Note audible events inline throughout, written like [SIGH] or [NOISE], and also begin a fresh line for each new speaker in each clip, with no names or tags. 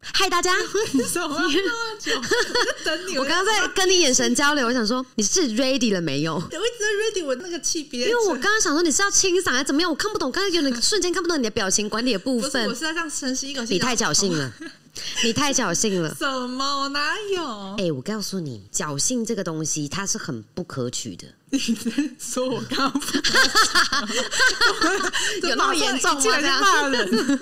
嗨
[LAUGHS]
大家，
你说我要喝酒，我在等你。
我刚刚在跟你眼神交流，我想说你是 ready 了没有？
我一直在 ready，我那个气憋着，
因为我刚刚想说你是要清嗓还是啊怎么样，我看不懂，刚刚有点瞬间看不懂你的表情管理的部
不是我
分，
是在这样深吸一口气。
你太侥幸
[LAUGHS]
了，你太侥幸了。
什么？我哪有？ [LAUGHS]
哎、我告诉你，侥幸这个东西它是很不可取的，
你在说我刚刚 [LAUGHS]
有那么严重吗？
竟
这
然
样
骂人，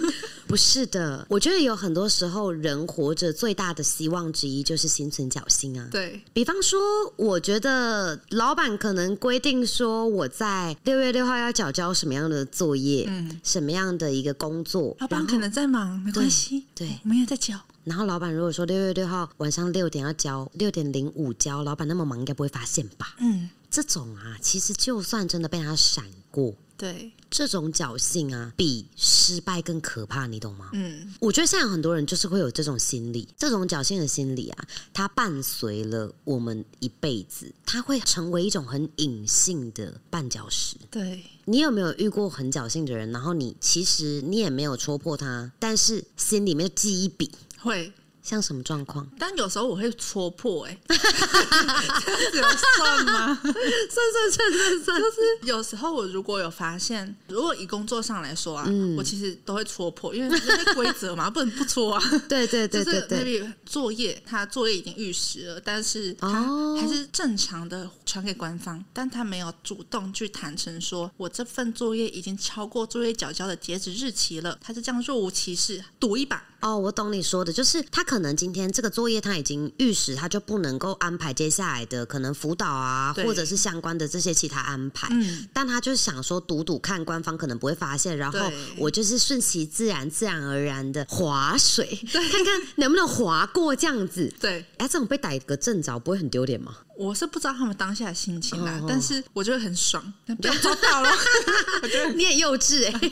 不是的，我觉得有很多时候人活着最大的希望之一就是心存侥幸啊。
[LAUGHS] 对，
比方说，我觉得老板可能规定说我在六月六号要缴交什么样的作业，
嗯
什么样的一个工作，
老板可能在忙，没关系，
对对
我们也在教。
然后老板如果说六月六号晚上六点要交，六点零五交，老板那么忙应该不会发现吧？
嗯，
这种啊，其实就算真的被他闪过，
对，
这种侥幸啊，比失败更可怕，你懂吗？
嗯，
我觉得现在很多人就是会有这种心理，这种侥幸的心理啊，它伴随了我们一辈子，它会成为一种很隐性的绊脚石。
对，
你有没有遇过很侥幸的人，然后你其实你也没有戳破他，但是心里面记一笔，
会。
像什么状况？
但有时候我会戳破、欸，哎，这样子有算吗？
算算算算算，
有时候我如果有发现，如果以工作上来说啊，我其实都会戳破，因为因为规则 [LAUGHS] 嘛，不能不戳啊。
[LAUGHS] 对对 [LAUGHS]
就
对对
是
对，
maybe 作业，他作业已经预时了，但是他
哦
还是正常的传给官方，但他没有主动去坦诚说，我这份作业已经超过作业缴交的截止日期了，他是这样若无其事赌一把。
哦，我懂你说的，就是他可能今天这个作业他已经预时，他就不能够安排接下来的可能辅导啊，
对
或者是相关的这些其他安排。
嗯，
但他就想说赌赌看，官方可能不会发现，然后
对
我就是顺其自然，自然而然的划水，
对
看看能不能划过这样子。
对，
哎，这种被逮个正着不会很丢脸吗？
我是不知道他们当下的心情啦，
哦
但是我就会很爽，那不要 [LAUGHS] 抓到了。
[LAUGHS] 你也幼稚哎、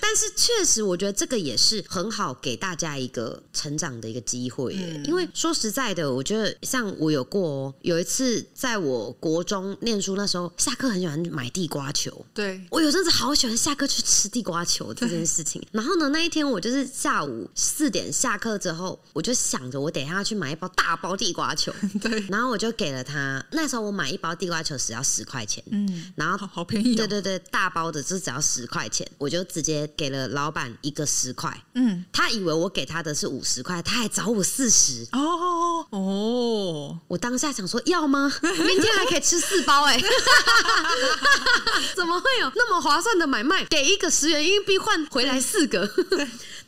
但是确实，我觉得这个也是很好给大家一个成长的一个机会、耶
嗯
因为说实在的，我觉得像我有过、哦，有一次在我国中念书那时候，下课很喜欢买地瓜球。
对，
我有阵子好喜欢下课去吃地瓜球这件事情。然后呢，那一天我就是下午四点下课之后，我就想着我等一下要去买一包大包地瓜球，
对，
然后我就给了他。那时候我买一包地瓜球只要十块钱，
嗯，
然后
好好便宜、哦，
对，对对，大包的就只要十块钱，我就直接给了老板一个十块。
嗯，
他以为我给他的是五十块，他还找我四十。
哦哦，
我当下想说，要吗？明天还可以吃四 [LAUGHS] 包哎、怎么会有那么划算的买卖？给一个十元硬币换回来四个。 [LAUGHS]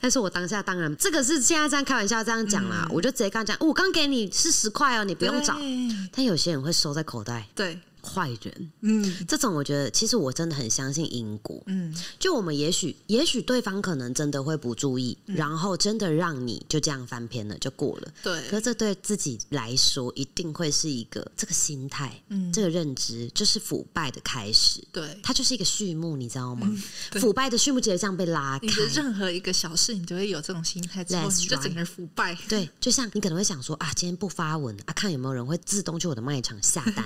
但是我当下当然，这个是现在这样开玩笑这样讲啦，我就直接跟他讲，哦我刚给你是十块哦，你不用找。
对
但有些人会收在口袋，
对，
坏人。
嗯
这种我觉得，其实我真的很相信因果。
嗯，
就我们也许，也许对方可能真的会不注意，
嗯
然后真的让你就这样翻篇了，就过了。可
对，
这对自己来说，一定会是一个这个心态，
嗯
这个认知，就是腐败的开始。
对，
它就是一个序幕，你知道吗？
嗯对
腐败的序幕结这样被拉开
你。的任何一个小事，你都会有这种心态，之后
That's
你就整个人腐败。
对，就像你可能会想说啊，今天不发文啊，看有没有人会自动去我的卖场下
[LAUGHS]
单、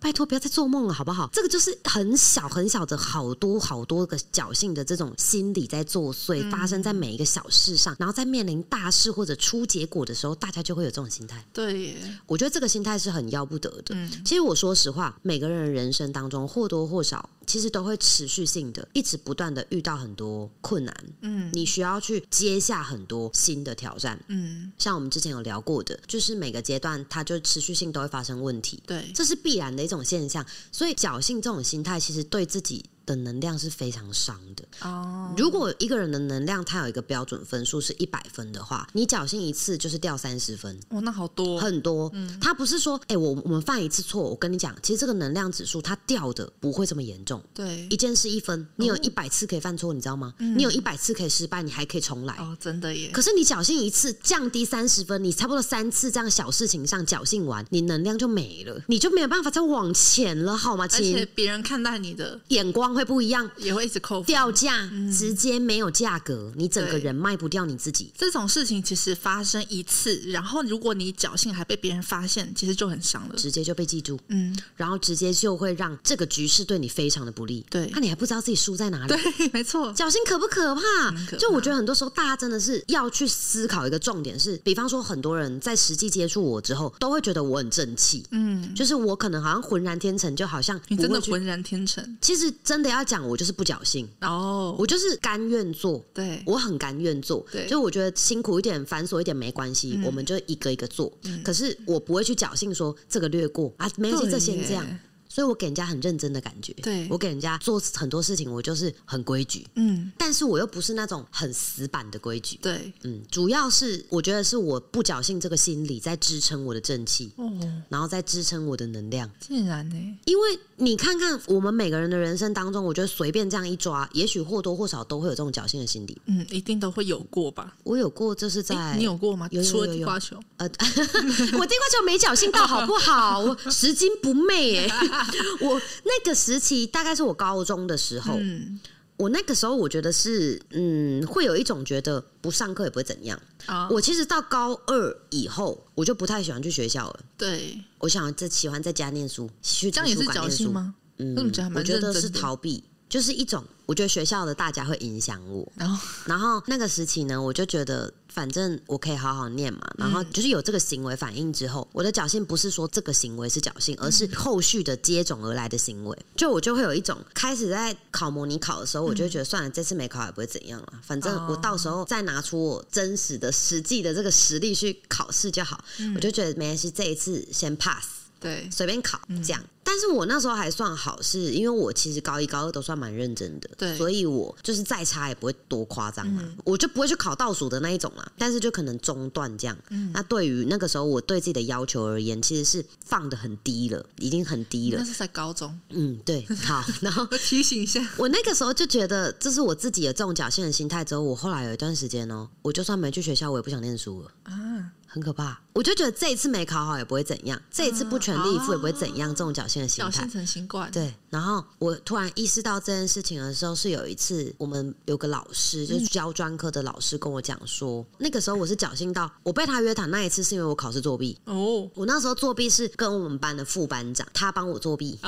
拜托，不要再做梦了，好不好？这个就是很小很小的好多好多个侥幸的这种心理在作
嗯
祟，发生在每一个小事上，然后在面临大事或者出结果的时候，大家就会有这种心态。
对耶，
我觉得这个心态是很要不得的。
嗯
其实我说实话，每个人的人生当中或多或少，其实都会持续性的、一直不断的遇到很多困难，
嗯
你需要去接下很多新的挑战。
嗯，
像我们之前有聊过的，就是每个阶段它就持续性都会发生问题，
对，
这是必然的一种现象。所以侥幸这种心态，其实对自己的能量是非常伤的。
哦，
如果一个人的能量它有一个标准分数是一百分的话，你侥幸一次就是掉三十分。
哦，那好多，
很多，他不是说，哎、我我们犯一次错，我跟你讲，其实这个能量指数它掉的不会这么严重，
对
一，件事一分，你有一百次可以犯错，你知道吗？你有一百次可以失败，你还可以重来，
哦，真的耶，
可是你侥幸一次降低三十分，你差不多三次这样小事情上侥幸完，你能量就没了，你就没有办法再往前了，好吗，
而且
亲？
别人看待你的
眼光会不一样，
也会一直扣分。
掉价，
嗯
直接没有价格，你整个
对
人卖不掉你自己。
这种事情其实发生一次，然后如果你侥幸还被别人发现，其实就很伤了。
直接就被记住，
嗯，
然后直接就会让这个局势对你非常的不利。 [LAUGHS]
对
那、你还不知道自己输在哪里。
对，没错，
侥幸可不可怕？
很可怕
就我觉得很多时候大家真的是要去思考一个重点是，比方说很多人在实际接触我之后，都会觉得我很正气，
嗯，
就是我可能好像浑然天成，就好像
你真
不
的
会去。
浑然天成
其实真的要讲，我就是不侥幸，
哦。
我就是甘愿做。
对，
我很甘愿做，
对嗯
就我觉得辛苦一点、繁琐一点没关系，我们就一个一个做。可是我不会去侥幸说这个略过啊，没关系，
对
这先
耶
这样。所以我给人家很认真的感觉，
对
我给人家做很多事情，我就是很规矩，
嗯，
但是我又不是那种很死板的规矩。
对，
嗯，主要是我觉得是我不侥幸这个心理在支撑我的正气，
哦，
然后再支撑我的能量。
竟然呢，
因为你看看我们每个人的人生当中，我觉得随便这样一抓，也许或多或少都会有这种侥幸的心理。
嗯，一定都会有过吧？
我有过，就是
哎，
在
[LAUGHS] 你有过吗？
有有
除了
有
地
有
瓜球，
呃，我地瓜球没侥幸到好不好？我拾金不昧
[LAUGHS]
耶、我那个时期大概是我高中的时候，
嗯，
我那个时候我觉得是，嗯，会有一种觉得不上课也不会怎样。
啊，
我其实到高二以后，我就不太喜欢去学校了。
对，
我想在喜欢在家念书，去
这
图
样也
书
是
馆
侥
念
幸
书。
吗？
嗯
那你觉得还蛮
我觉得
认真
是
的
逃避，就是一种，我觉得学校的大家会影响我。
然后，
然后那个时期呢，我就觉得反正我可以好好念
嗯
嘛，然后就是有这个行为反应之后，我的侥幸不是说这个行为是侥幸，而
嗯
是后续的接踵而来的行为。就我就会有一种开始在考模拟考的时候，我就会觉得算了，这次没考也不会怎样了，反正
哦
我到时候再拿出我真实的、实际的这个实力去考试就好。
嗯
我就觉得没关系，这一次先 pass。
对，
随便考这样。但是我那时候还算好，是因为我其实高一高二都算蛮认真的，
对
所以我就是再差也不会多夸张啦，我就不会去考倒数的那一种啦。但是就可能中段这样。那对于那个时候我对自己的要求而言，其实是放的很低了，已经很低
那
了。
是在高中，
嗯，对，好，然后。
我提醒一下，
我那个时候就觉得，这是我自己有这种侥幸的心态。之后，我后来有一段时间哦，我就算没去学校，我也不想念书了。
啊，
很可怕。我就觉得这一次没考好也不会怎样，这一次不全力以赴也不会怎样，这种侥幸的心
侥
态
幸。成新冠，
对，然后我突然意识到这件事情的时候，是有一次我们有个老师，就是教专科的老师跟我讲说，那个时候我是侥幸到我被他约谈那一次，是因为我考试作弊。
哦，
我那时候作弊是跟我们班的副班长，他帮我作弊，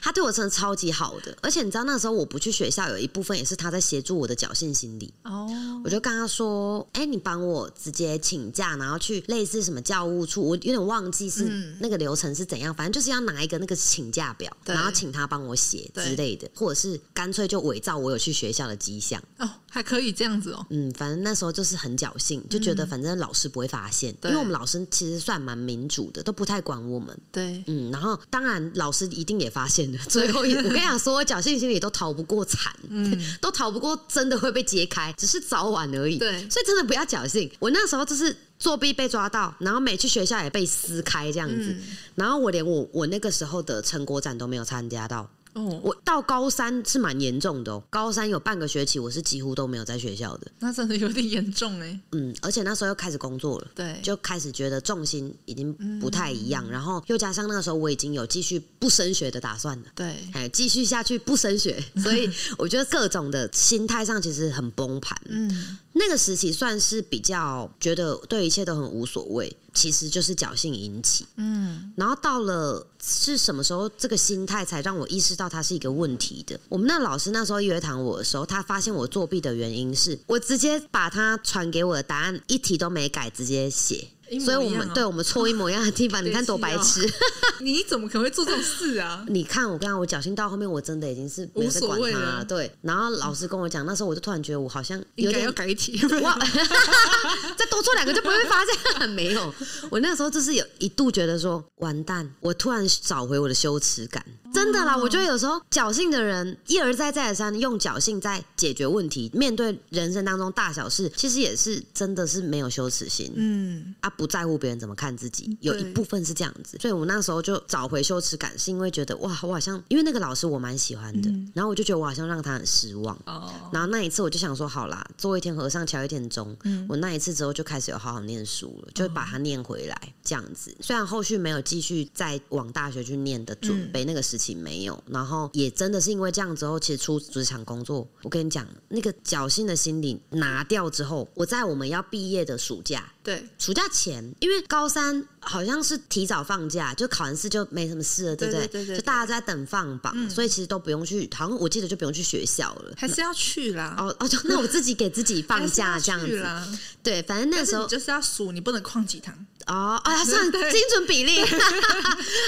他对我真的超级好的。而且你知道那时候我不去学校，有一部分也是他在协助我的侥幸心理。
哦，
我就跟他说：“哎、你帮我直接请假，然后去类似什么教务处，我有点忘记是
嗯
那个流程是怎样，反正就是要拿一个那个请假表，
对
然后请他帮我写
对
之类的，或者是干脆就伪造我有去学校的迹象。
哦，还可以这样子哦，
嗯，反正那时候就是很侥幸，就觉得反正老师不会发现，
嗯对
因为我们老师其实算蛮民主的，都不太管我们。”
对，
嗯，然后当然老师一定也发现了，最后也我跟你讲，所有侥幸心理都逃不过惨， [LAUGHS] 都逃不过真的会被揭开，只是早晚而已。
对
所以真的不要侥幸。我那时候就是作弊被抓到，然后没去学校也被撕开这样子，然后我连我我那个时候的成果展都没有参加到。
哦，
我到高三是蛮严重的哦，高三有半个学期我是几乎都没有在学校的，
那真的有点严重哎，
嗯，而且那时候又开始工作了。
对，
就开始觉得重心已经不太一样，然后又加上那个时候我已经有继续不升学的打算了。
对，
哎，继续下去不升学，所以我觉得各种的心态上其实很崩盘。
嗯，
那个时期算是比较觉得对一切都很无所谓，其实就是侥幸引起。
嗯，
然后到了是什么时候，这个心态才让我意识到它是一个问题的。我们那老师那时候约谈我的时候，他发现我作弊的原因是我直接把他传给我的答案一题都没改，直接写。
一模
所以我
一样
们
哦
对我们错一模一样的地
[LAUGHS]
方，你看多白痴！
你怎么可能会做这种事
[LAUGHS]
啊？
你看我刚刚我侥幸到后面，我真的已经是没有在管
无所谓
他
了
对，然后老师跟我讲，那时候我就突然觉得我好像有
应该
点
要改一题，
[LAUGHS] 哇，再多做两个就不会被发现。啊没有，我那时候就是有一度觉得说，完蛋，我突然找回我的羞耻感。真的啦，我觉得有时候侥幸的人一而再再而三地用侥幸在解决问题，面对人生当中大小事，其实也是真的是没有羞耻心。
[LAUGHS] 嗯，
啊，不在乎别人怎么看自己，有一
对
部分是这样子，所以我那时候就找回羞耻感，是因为觉得哇，我好像因为那个老师我蛮喜欢的，然后我就觉得我好像让他很失望。
嗯哦，
然后那一次我就想说，好啦，做一天和尚敲一天钟。
嗯哦
我那一次之后就开始有好好念书了，就把
嗯
它念回来这样子。虽然后续没有继续再往大学去念的准备，那个时情没有，然后也真的是因为这样之后，其实出职场工作，我跟你讲，那个侥幸的心理拿掉之后，我在我们要毕业的暑假，
对
暑假前，因为高三好像是提早放假，就考完试就没什么事了，对不
对对对对
就大家在等放榜，所以其实都不用去，好像我记得就不用去学校了。
[LAUGHS] 还是要去啦，
哦 [LAUGHS] 哦，就那我自己给自己放假
还
这
是要
样
去
子，
啦。
对，反正那
但
时
是
候
你就是要数，你不能旷几堂。
哦，哎呀，算
[LAUGHS] 对
精准比例。 [LAUGHS]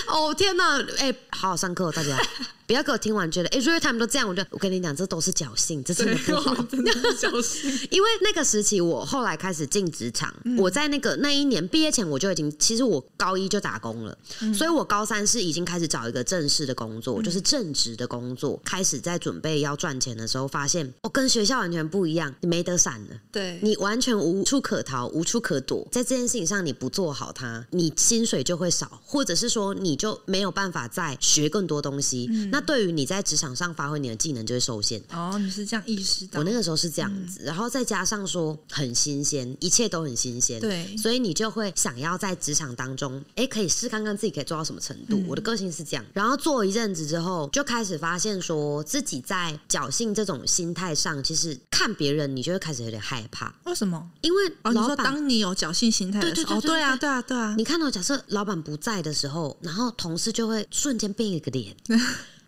哦天哪，哎、好好上课、哦，大
[LAUGHS]
家不要给我听完觉得，哎、r e a l time 都这样，我就我跟你讲，这都是侥幸， [LAUGHS] 这真的不好
我。真的是小心。
[LAUGHS] 因为那个时期，我后来开始进职场，我在那个那一年毕业前，我就已经，其实我高一就打工了，所以我高三是已经开始找一个正式的工作，就是正职的工作，开始在准备要赚钱的时候，发现我、哦跟学校完全不一样，你没得闪了。
对，
你完全无处可逃，无处可躲，在这件事情上你不做好它，你薪水就会少，或者是说你就没有办法再学更多东西。那对于你在职场上发挥你的技能就会受限。
哦，你是这样意识到
我。那个时候是这样
嗯
子，然后再加上说很新鲜，一切都很新鲜，
对
所以你就会想要在职场当中，哎，可以试看看自己可以做到什么程
嗯
度。我的个性是这样，然后做一阵子之后，就开始发现说自己在侥幸这种心态上，其实看别人你就会开始有点害怕，
为什么？
因为
哦，你
老
说
板
当你有侥幸心态的时候，哦，
对对对对
对啊，对啊，对啊，
你看到、假设老板不在的时候，然后同事就会瞬间变一个
[LAUGHS]
脸，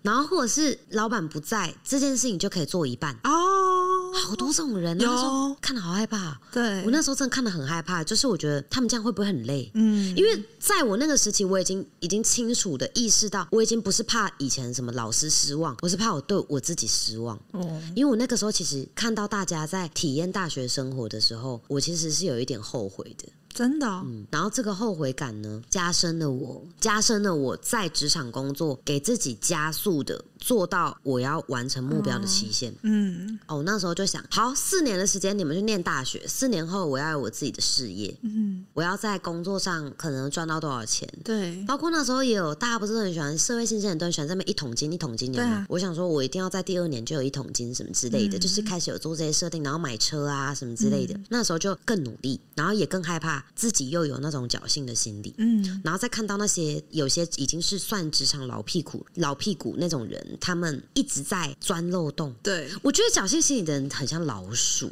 然后或者是老板不在这件事情就可以做一半，
哦，
好多这种人，
有
然后说看的好害怕哦。
对，
我那时候真的看的很害怕，就是我觉得他们这样会不会很累？
嗯，
因为在我那个时期，我已经已经清楚的意识到，我已经不是怕以前什么老师失望，我是怕我对我自己失望。
哦，
因为我那个时候其实看到大家在体验大学生活的时候，我其实是有一点后悔的。
真的哦，
嗯，然后这个后悔感呢，加深了我，加深了我在职场工作给自己加速的做到我要完成目标的期限。
嗯，
哦，我那时候就想，好，四年的时间你们去念大学，四年后我要有我自己的事业，
嗯，
我要在工作上可能赚到多少钱。
对，
包括那时候也有，大家不是都很喜欢社会新鲜人，都很喜欢这么一桶金一桶金。有没有
对啊嗯
我想说，我一定要在第二年就有一桶金什么之类的，就是开始有做这些设定，然后买车啊什么之类的。那时候就更努力，然后也更害怕自己又有那种侥幸的心理。
嗯，
然后再看到那些有些已经是算职场老屁股、老屁股那种人，他们一直在钻漏洞，
对，
我觉得侥幸心理的人很像老鼠，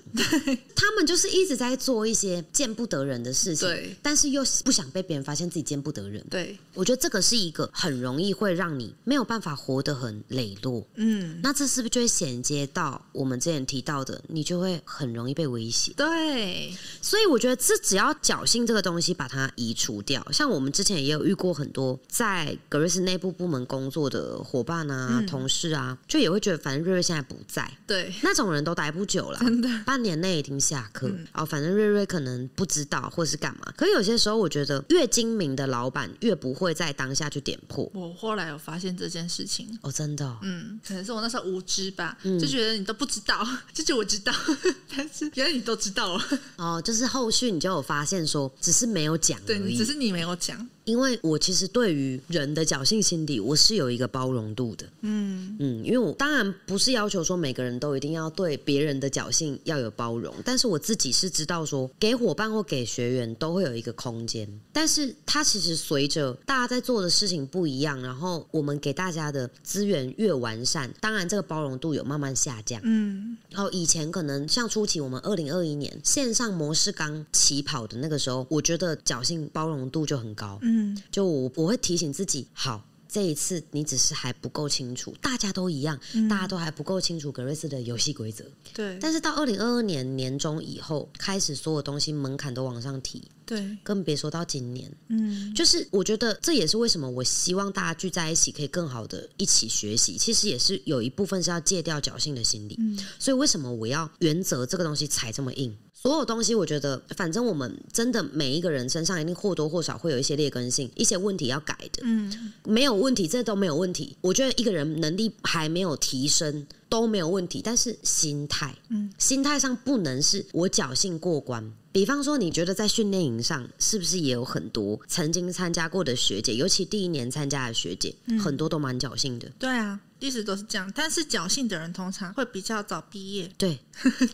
他们就是一直在做一些见不得人的事情，
对，
但是又不想被别人发现自己见不得人。
对，
我觉得这个是一个很容易会让你没有办法活得很磊落。
嗯，
那这是不是就会衔接到我们之前提到的，你就会很容易被威胁？
对，
所以我觉得这只要侥幸这个东西把它移除掉，像我们之前也有遇过很多在格瑞斯内部部门工作的伙伴啊、同事啊，就也会觉得反正瑞瑞现在不在，
对，
那种人都待不久了，
真的嗯
半年内一定下课。哦，反正瑞瑞可能不知道或是干嘛。可是有些时候，我觉得越精明的老板越不会在当下去点破。
我后来有发现这件事情。
哦，真的哦、
嗯，可能是我那时候无知吧，就觉得你都不知道， [LAUGHS] 就觉得我知道，但是原来你都知道了，
哦，就是后续你就有发现说，只是没有讲而
对，只
已。
是你没有讲，
因为我其实对于人的侥幸心理，我是有一个包容度的。
嗯，
嗯，因为我当然不是要求说每个人都一定要对别人的侥幸要有包容，但是我自己是知道说，给伙伴或给学员都会有一个空间，但是它其实随着大家在做的事情不一样，然后我们给大家的资源越完善，当然这个包容度有慢慢下降。
嗯，
然后以前可能像初期我们二零二一年线上模式刚起跑的那个时候，我觉得侥幸包容度就很高，
嗯，
就我我会提醒自己，好，这一次你只是还不够清楚，大家都一样，大家都还不够清楚格瑞斯的游戏规则。
嗯对，
但是到二零二二年年中以后，开始所有东西门槛都往上提，
对，
更别说到今年。
嗯，
就是我觉得这也是为什么我希望大家聚在一起，可以更好的一起学习。其实也是有一部分是要戒掉侥幸的心理，所以为什么我要原则这个东西踩这么硬？所有东西，我觉得，反正我们真的每一个人身上一定或多或少会有一些劣根性，一些问题要改的。
嗯，
没有问题，这都没有问题。我觉得一个人能力还没有提升都没有问题，但是心态，嗯，心态上不能是我侥幸过关。比方说，你觉得在训练营上是不是也有很多曾经参加过的学姐，尤其第一年参加的学姐，很多都蛮侥幸的。
对啊，一直都是这样。但是侥幸的人通常会比较早毕业，
对，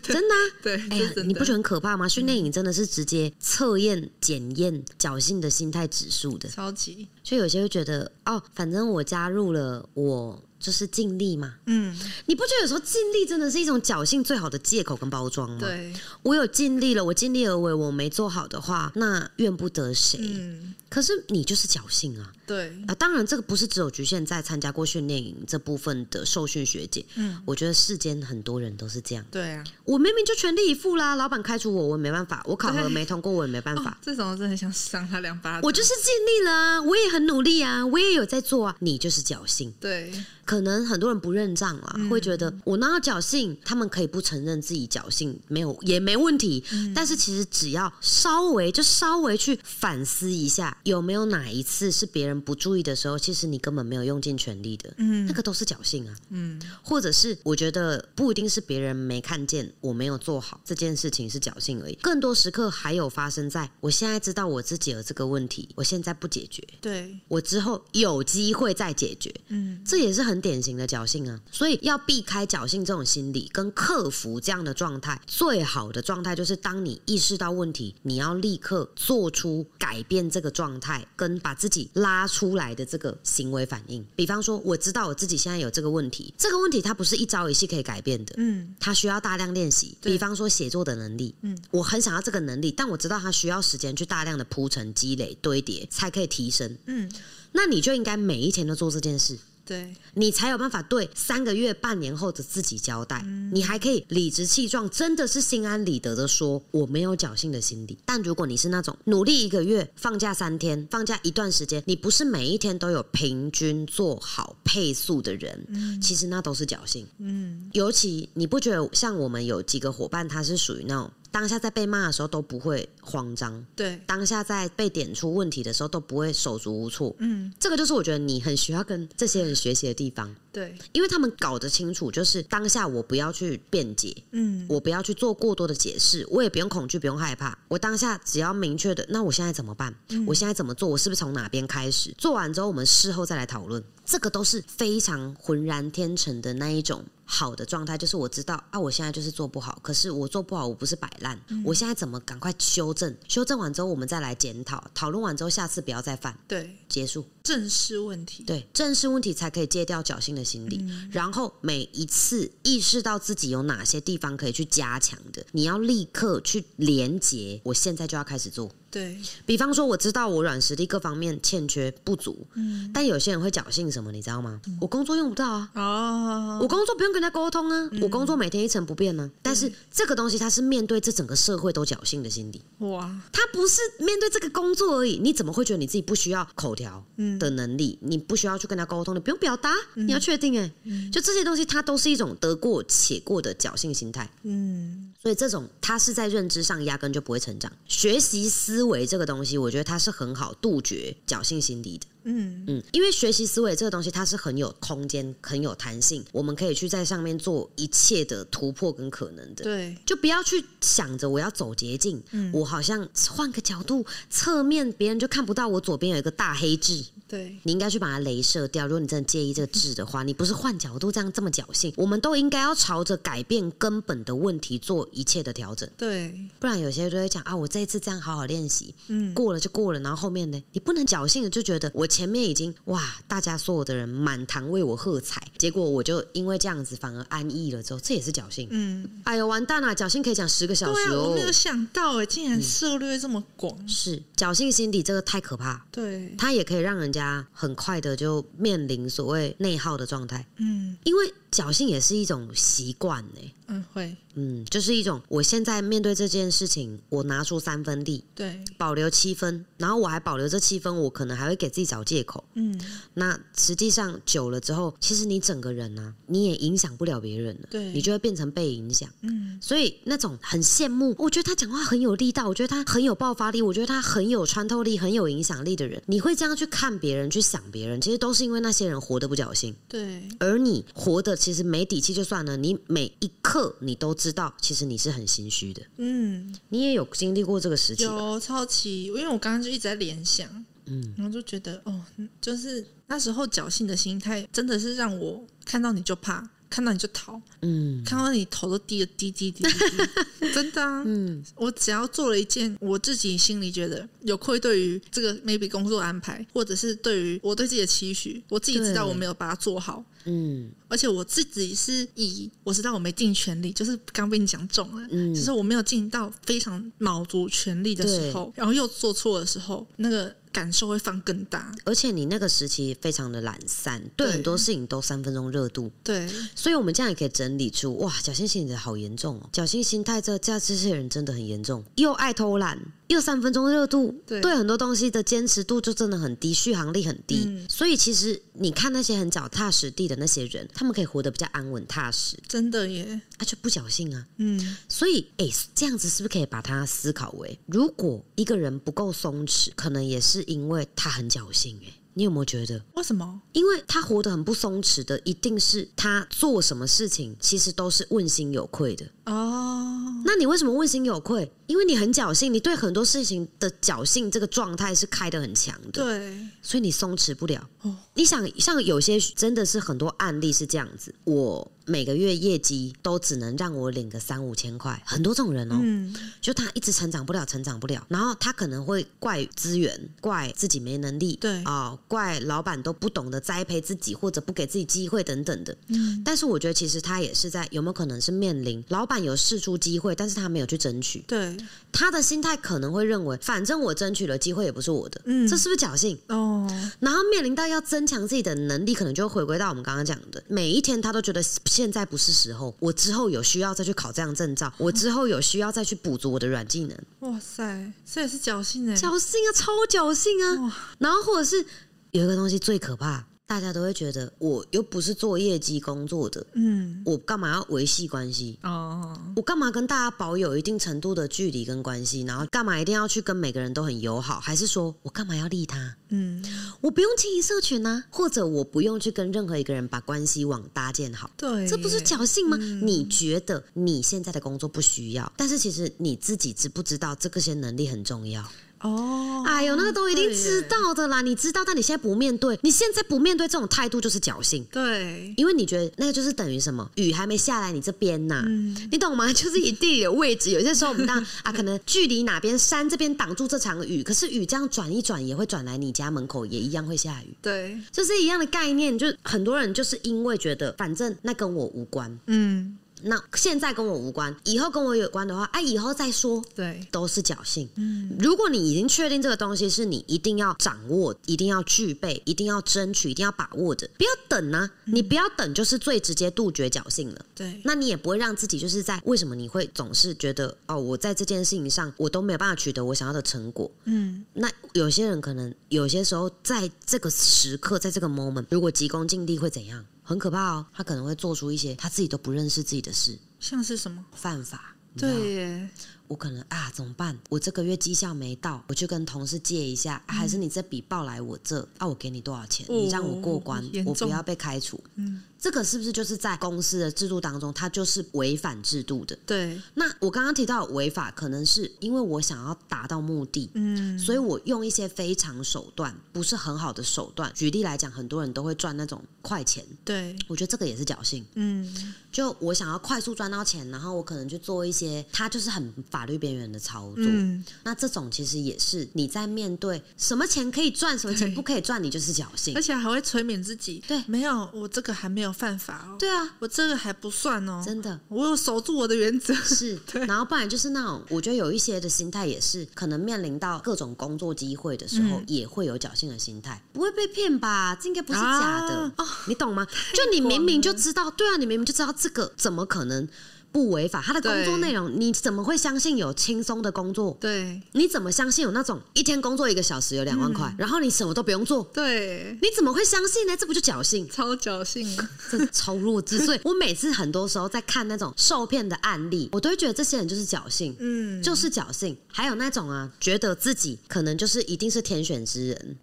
真的啊、
对，
哎
这
呀
是真的。
你不觉得很可怕吗？训练营真的是直接测验、检验侥幸的心态指数的，
超级，
所以有些会觉得哦，反正我加入了，我就是尽力嘛。
嗯，
你不觉得有时候尽力真的是一种侥幸最好的借口跟包装吗？，
对，
我有尽力了，我尽力而为，我没做好的话，那怨不得谁。
嗯，
可是你就是侥幸啊！
对，
啊，当然这个不是只有局限在参加过训练营这部分的受训学姐，
嗯，
我觉得世间很多人都是这样。
对啊。
我明明就全力以赴啦，老板开除我，我也没办法；我考核没通过，我也没办
[LAUGHS] 哦
法。，
这种我真的很想赏他两巴掌。
我就是尽力了啊，我也很努力啊，我也有在做啊。你就是侥幸，
对，
可能很多人不认账啦，会觉得我哪有侥幸？他们可以不承认自己侥幸，没有也没问题。但是其实只要稍微就稍微去反思一下，有没有哪一次是别人不注意的时候，其实你根本没有用尽全力的，
嗯
那个都是侥幸啊。
嗯，
或者是我觉得不一定是别人没看见，我没有做好这件事情是侥幸而已。更多时刻还有发生在我现在知道我自己有这个问题，我现在不解决，
对，
我之后有机会再解决，
嗯，
这也是很典型的侥幸啊。所以要避开侥幸这种心理，跟克服这样的状态，最好的状态就是当你意识到问题，你要立刻做出改变这个状态，跟把自己拉出来的这个行为反应。比方说，我知道我自己现在有这个问题，这个问题它不是一朝一夕可以改变的。
嗯，
它需要大量练习，
对
比方说写作的能力，
嗯，
我很想要这个能力，但我知道它需要时间去大量的铺陈、积累、堆叠，才可以提升。
嗯，
那你就应该每一天都做这件事，
对，
你才有办法对三个月、半年后的自己交代。你还可以理直气壮，真的是心安理得的说我没有侥幸的心理。但如果你是那种努力一个月、放假三天、放假一段时间，你不是每一天都有平均做好配速的人，其实那都是侥幸。
嗯，
尤其你不觉得像我们有几个伙伴，他是属于那种当下在被骂的时候都不会慌张，
对，
当下在被点出问题的时候都不会手足无措。
嗯，
这个就是我觉得你很需要跟这些人学习的地方，
对，
因为他们搞得清楚，就是当下我不要去辩解，
嗯，
我不要去做过多的解释，我也不用恐惧，不用害怕。我当下只要明确的，那我现在怎么办？我现在怎么做？我是不是从哪边开始？做完之后，我们事后再来讨论。这个都是非常浑然天成的那一种好的状态，就是我知道啊，我现在就是做不好，可是我做不好，我不是摆烂，我现在怎么赶快修正？修正完之后，我们再来检讨，讨论完之后，下次不要再犯，
对，
结束。
正视问题，
对，正视问题才可以戒掉侥幸的心理。然后每一次意识到自己有哪些地方可以去加强的，你要立刻去连接。我现在就要开始做。
对，
比方说，我知道我软实力各方面欠缺不足，但有些人会侥幸什么，你知道吗？我工作用不到啊。
哦，
我工作不用跟人家沟通啊，我工作每天一成不变呢、啊。但是这个东西，它是面对这整个社会都侥幸的心理。
哇，
他不是面对这个工作而已，你怎么会觉得你自己不需要口条的能力？你不需要去跟他沟通，你不用表达，你要确定哎、就这些东西，它都是一种得过且过的侥幸心态。
嗯，
所以这种他是在认知上压根就不会成长。学习思维这个东西，我觉得它是很好杜绝侥幸心理的。
嗯，
嗯，因为学习思维这个东西，它是很有空间、很有弹性，我们可以去在上面做一切的突破跟可能的。
对，
就不要去想着我要走捷径，我好像换个角度，侧面别人就看不到我左边有一个大黑痣，
对，
你应该去把它镭射掉。如果你真的介意这个痣的话，你不是换角度这样这么侥幸，我们都应该要朝着改变根本的问题做一切的调整，
对，
不然有些人就会讲啊，我这一次这样好好练习，
嗯，
过了就过了，然后后面呢，你不能侥幸的就觉得我前面已经哇，大家所有的人满堂为我喝彩，结果我就因为这样子反而安逸了之后，这也是侥幸。
嗯，
哎呦，完蛋了！侥幸可以讲十个小
对
时嗯
啊，
哦
我没。有想到哎，竟然涉略这么广，
是侥幸心理，这个太可怕，
对，
它也可以让人家很快的就面临所谓内耗的状态，
嗯，
因为侥幸也是一种习惯呢、
嗯，会，
嗯，就是一种我现在面对这件事情，我拿出三分力，
对，
保留七分，然后我还保留这七分，我可能还会给自己找借口。
嗯，
那实际上久了之后，其实你整个人呢、你也影响不了别人了，
对
你就会变成被影响。
嗯，
所以那种很羡慕，我觉得他讲话很有力道，我觉得他很有爆发力，我觉得他很有穿透力、很有影响力的人，你会这样去看别人、去想别人，其实都是因为那些人活得不侥幸，
对，
而你活得其实没底气就算了，你每一刻你都知道，其实你是很心虚的。
嗯，
你也有经历过这个时期吧？
有超级，因为我刚刚就一直在联想，
嗯，
然后就觉得哦，就是那时候侥幸的心态，真的是让我看到你就怕，看到你就逃，
嗯
看到你头都低了，低低低低
[LAUGHS]
低，真的啊！
嗯，
我只要做了一件我自己心里觉得有愧对于这个 maybe 工作安排，或者是对于我对自己的期许，我自己知道
对
我没有把它做好，
嗯
而且我自己是以我知道我没尽全力，就是刚被你讲中了，
嗯
就是我没有尽到非常卯足全力的时候，然后又做错的时候，那个感受会放更大。
而且你那个时期非常的懒散，对
对
很多事情都三分钟热度，
对，
所以我们这样也可以整理出，哇，侥幸心理好严重哦，侥幸心态这这这些人真的很严重，又爱偷懒，又三分钟热度，
对
很多东西的坚持度就真的很低，续航力很低。
嗯
所以其实你看那些很脚踏实地的那些人，他们可以活得比较安稳踏实，
真的耶，
啊，就不侥幸啊。
嗯，
所以，诶，这样子是不是可以把它思考为，如果一个人不够松弛，可能也是因为他很侥幸、诶，你有没有觉得？
为什么？
因为他活得很不松弛的，一定是他做什么事情其实都是问心有愧的。
哦，
那你为什么问心有愧？因为你很侥幸，你对很多事情的侥幸这个状态是开得很强的，
对，
所以你松弛不了。
哦
你想，像有些真的是很多案例是这样子，我每个月业绩都只能让我领个三五千块，很多这种人哦。
嗯，
就他一直成长不了，成长不了，然后他可能会怪资源，怪自己没能力，
对
啊、怪老板都不懂得栽培自己，或者不给自己机会等等的。
嗯，
但是我觉得其实他也是在有没有可能是面临老板有试出机会，但是他没有去争取，
对，
他的心态可能会认为，反正我争取了机会也不是我的，
嗯
这是不是侥幸？
哦，
然后面临到要增强自己的能力，可能就会回归到我们刚刚讲的，每一天他都觉得现在不是时候，我之后有需要再去考这样证照，我之后有需要再去补足我的软技能，
哇塞，这也是侥幸哎，
侥幸啊，超侥幸啊。然后或者是有一个东西最可怕，大家都会觉得我又不是做业绩工作的，
嗯，
我干嘛要维系关系？
哦，
我干嘛跟大家保有一定程度的距离跟关系？然后干嘛一定要去跟每个人都很友好？还是说我干嘛要利他？
嗯，
我不用经营社群啊，或者我不用去跟任何一个人把关系网搭建好。
对，
这不是侥幸吗？你觉得你现在的工作不需要，但是其实你自己知不知道这个些能力很重要？
哦，
哎呦，那个都一定
对耶
知，道的啦，你知道，但你现在不面对，你现在不面对这种态度就是侥幸，
对，
因为你觉得那个就是等于什么，雨还没下来你这边呐、
嗯，
你懂吗？ [LAUGHS] 就是以地理的位置，有些时候我们当 [LAUGHS] 然啊，可能距离哪边山这边挡住这场雨，可是雨这样转一转也会转来你家门口，也一样会下雨，
对，
就是一样的概念。就很多人就是因为觉得反正那跟我无关，
嗯，
那现在跟我无关，以后跟我有关的话，哎、以后再说。
对，
都是侥幸。
嗯
如果你已经确定这个东西是你一定要掌握、一定要具备、一定要争取、一定要把握的，不要等啊！你不要等，就是最直接杜绝侥幸了。
对，
那你也不会让自己就是在为什么你会总是觉得哦，我在这件事情上我都没有办法取得我想要的成果。
嗯。
那有些人可能有些时候在这个时刻，在这个 moment，如果急功近利会怎样？很可怕哦，他可能会做出一些他自己都不认识自己的事，
像是什么？
犯法。你知道吗
对耶，
我可能啊，怎么办？我这个月绩效没到，我去跟同事借一下，啊还是你这笔报来我这啊？我给你多少钱？
嗯哦
你让我过关，
严
我
重
不要被开除。
嗯，
这个是不是就是在公司的制度当中，它就是违反制度的？
对，
那我刚刚提到的违法，可能是因为我想要达到目的。
嗯，
所以我用一些非常手段，不是很好的手段。举例来讲，很多人都会赚那种快钱，
对，
我觉得这个也是侥幸。
嗯，
就我想要快速赚到钱，然后我可能去做一些他就是很法律边缘的操作。
嗯，
那这种其实也是你在面对什么钱可以赚，什么钱
对
不可以赚，你就是侥幸
而。且还会催眠自己，
对
没有，我这个还没有犯法哦，
对啊，
我这个还不算哦，
真
[LAUGHS]
的。
我有守住我的原则，
是，然后不然就是那种，我觉得有一些的心态也是，可能面临到各种工作机会的时
嗯
候，也会有侥幸的心态，不会被骗吧？这应该不是假的，
啊
哦、你懂吗？就你明明就知道，对啊，你明明就知道这个怎么可能不违法？他的工作
对
内容，你怎么会相信有轻松的工作
对，
你怎么相信有那种一天工作一个小时有两万块，
嗯
然后你什么都不用做？
对，？
你怎么会相信呢？这不就侥幸
[LAUGHS] 超侥幸，
[LAUGHS] 这是超弱智。所以我每次很多时候在看那种受骗的案例，我都会觉得这些人就是侥幸，
嗯， [LAUGHS]
就是侥幸。还有那种啊，觉得自己可能就是一定是天选之人，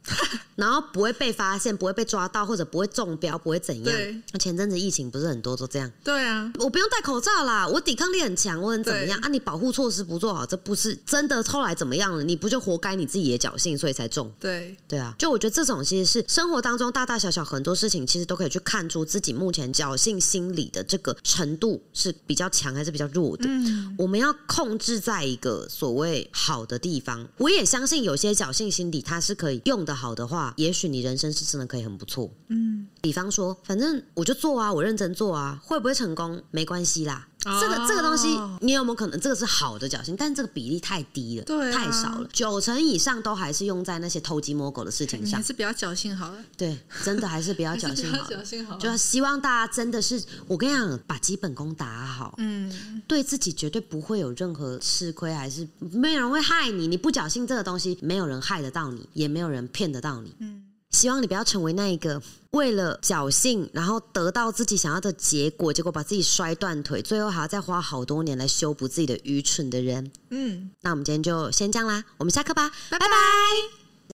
然后不会被发现，不会被抓到，或者不会中标，不会怎样
对。
前阵子疫情不是很多都这样，
对啊，
我不用戴口罩啦，我抵抗力很强，我很怎么样啊？你保护措施不做好，这不是真的？后来怎么样了？你不就活该你自己也侥幸，所以才中。
对
对啊，就我觉得这种其实是生活当中大大小小很多事情，其实都可以去看出自己目前侥幸心理的这个程度是比较强还是比较弱的。
嗯
我们要控制在一个所谓好的地方。我也相信有些侥幸心理，它是可以用的好的话，也许你人生是真的可以很不错。
嗯，
比方说，反正我就做啊，我认真做啊，会不会成功没关系啦。
哦
这个这个东西，你有没有可能这个是好的侥幸？但这个比例太低了，
对啊
太少了，九成以上都还是用在那些偷鸡摸狗的事情
你
上
还。是比较侥幸好了，
[LAUGHS] 对，真的还是比较
还
侥
是
幸
比
[LAUGHS]
较
好
侥
了。
幸好
就
了，
要希望大家真的是，我跟你讲，把基本功打好，
嗯，
对自己绝对不会有任何吃亏，还是没有人会害你。你不侥幸这个东西，没有人害得到你，也没有人骗得到你。嗯，希望你不要成为那一个为了侥幸，然后得到自己想要的结果，结果把自己摔断腿，最后还要再花好多年来修补自己的愚蠢的人。
嗯，
那我们今天就先这样啦，我们下课吧，
拜
拜
拜
拜